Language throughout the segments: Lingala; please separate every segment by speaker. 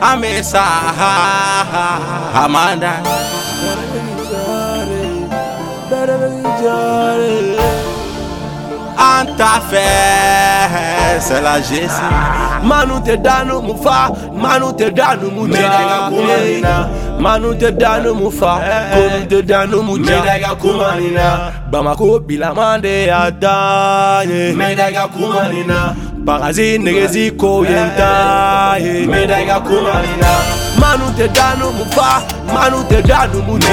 Speaker 1: amesa amanda antafɛ sɛla jesi
Speaker 2: manu tɛ danu mun fa manu tɛ danu mun ja manu tɛ danu mun fa konu tɛ danu mun ja bamako bilamande y'a dan ye bagazi negezi ko ye n ta ye manu tɛ danu mun fa manu tɛ danu mun ja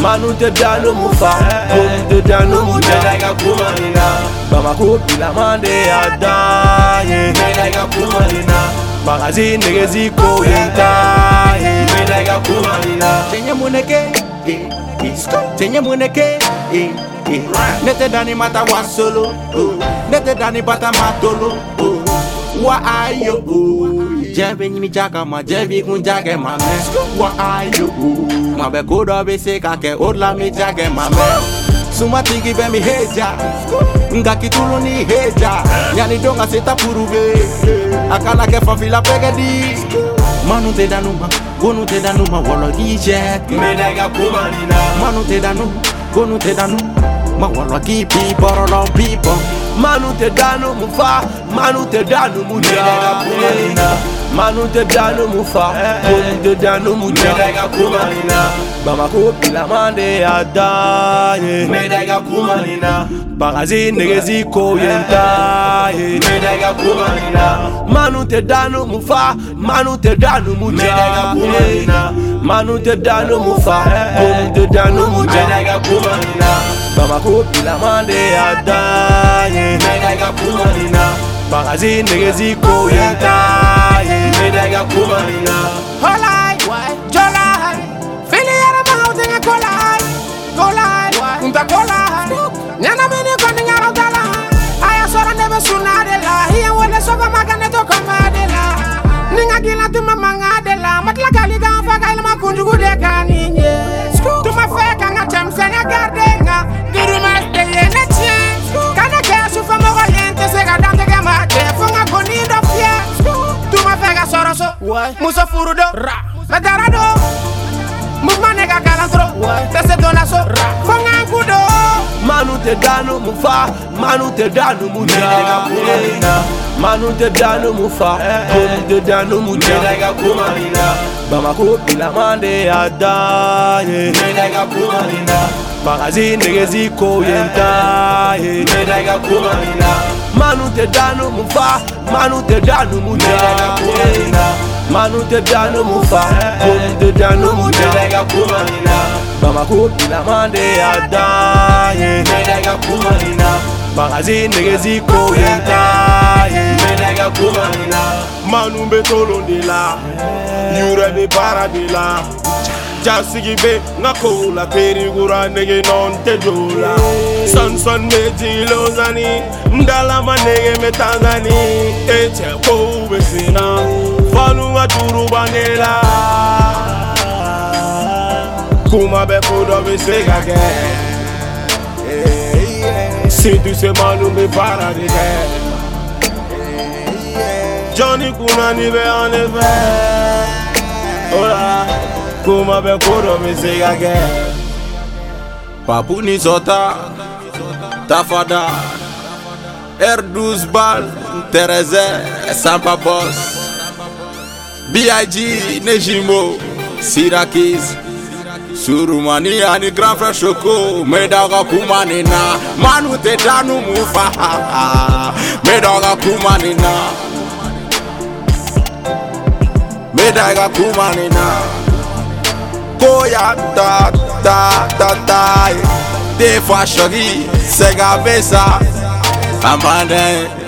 Speaker 2: manu tɛ danu mun fa konu tɛ danu mun ja bamako bilamande y'a dan ye bagazi negezi ko ye n ta ye
Speaker 1: cɛɲɛ munɛkɛ eh, cɛɲɛ munɛkɛ ne tɛ eh, dani mata wa solo ne tɛ dani bata ma tolo wa ayo eh. jɛ bɛ ɲimi jaga ma jɛ b'i kun jagɛ ma mɛn wa ayo eh. ma bɛ ko dɔ bɛ se ka kɛ o de la mi jagɛ ma mɛn sumatigi bɛ mi heja nka kitulu ni heja yanni don ka se tapurube a kana kɛ fanfila pɛgɛ di manu tɛ danu ma gonu tɛ danu ma wɔlɔ k'i jɛ kun. manu tɛ danu gonu tɛ danu mawɔlɔ k'i bi bɔrɔlɔ bi bɔn
Speaker 2: manu tɛ danu mun fa manu tɛ danu mun ja manu tɛ danu mun fa konu tɛ danu mun ja bamako bilamande y'a dan ye bagazi negezi ko ye n ta ye manu tɛ danu mun fa manu tɛ danu mun ja manu tɛ danu mun fa konu tɛ danu mun ja bamako bilamande y'a dan ye bagazi negezi ko ye n ta ye
Speaker 3: Holai, Jolai, ya Filiera Mountain a Colai, Colai, Punta Colai, Nana Mini coming out of the line. I saw a never sunadela, here when the sofa maganeto comadela. Ninga gila to my mangadela, Matlakaliga Fagail Makunjugu de Canine. School to my fair can attempt Sena Gardenga, Duruma de Yeneche. Can I care so from Oriente, Segadante Gamate, Funga Conido Fia, to my Vega Soroso. Muso furudo Madarado Mouvement nega galantro Tese donaso Fonga kudo
Speaker 2: manu tɛ danu mun fa manu tɛ danu mun ja manu tɛ danu eh, mun fa konu tɛ danu mun ja bamako bilamande y'a dan ye bagazi negezi ko ye n ta ye manu tɛ danu mun fa manu tɛ danu mun ja manu tɛ danu mun fa konu tɛ danu mun ja bamako bilamande y'a dan ye bagazi negezi ko ye n ta ye
Speaker 4: manu bɛ tolon de la yurɛ bɛ baara de la jasigi bɛ n ka kow la perikura nege nɔ n tɛ jo la sɔnsɔn bɛ jigin lozani n dalama nege bɛ tanzani e cɛ kow bɛ senna fanu ka juru bange la kuma bɛ ko dɔ bɛ se ka kɛ situ se manu bɛ baara de kɛ Johnny Kunani be on the bed. Hola, Kuma be kuro me say again.
Speaker 1: papu ni zota tafada r12 bal tereze sampa bos big nejimo sirakis surumani ani grand frère choko medaga kumanina manu te danu mufa medaga kumanina medaga kumanina koya ta ta ta ta te fa shogi sega besa amane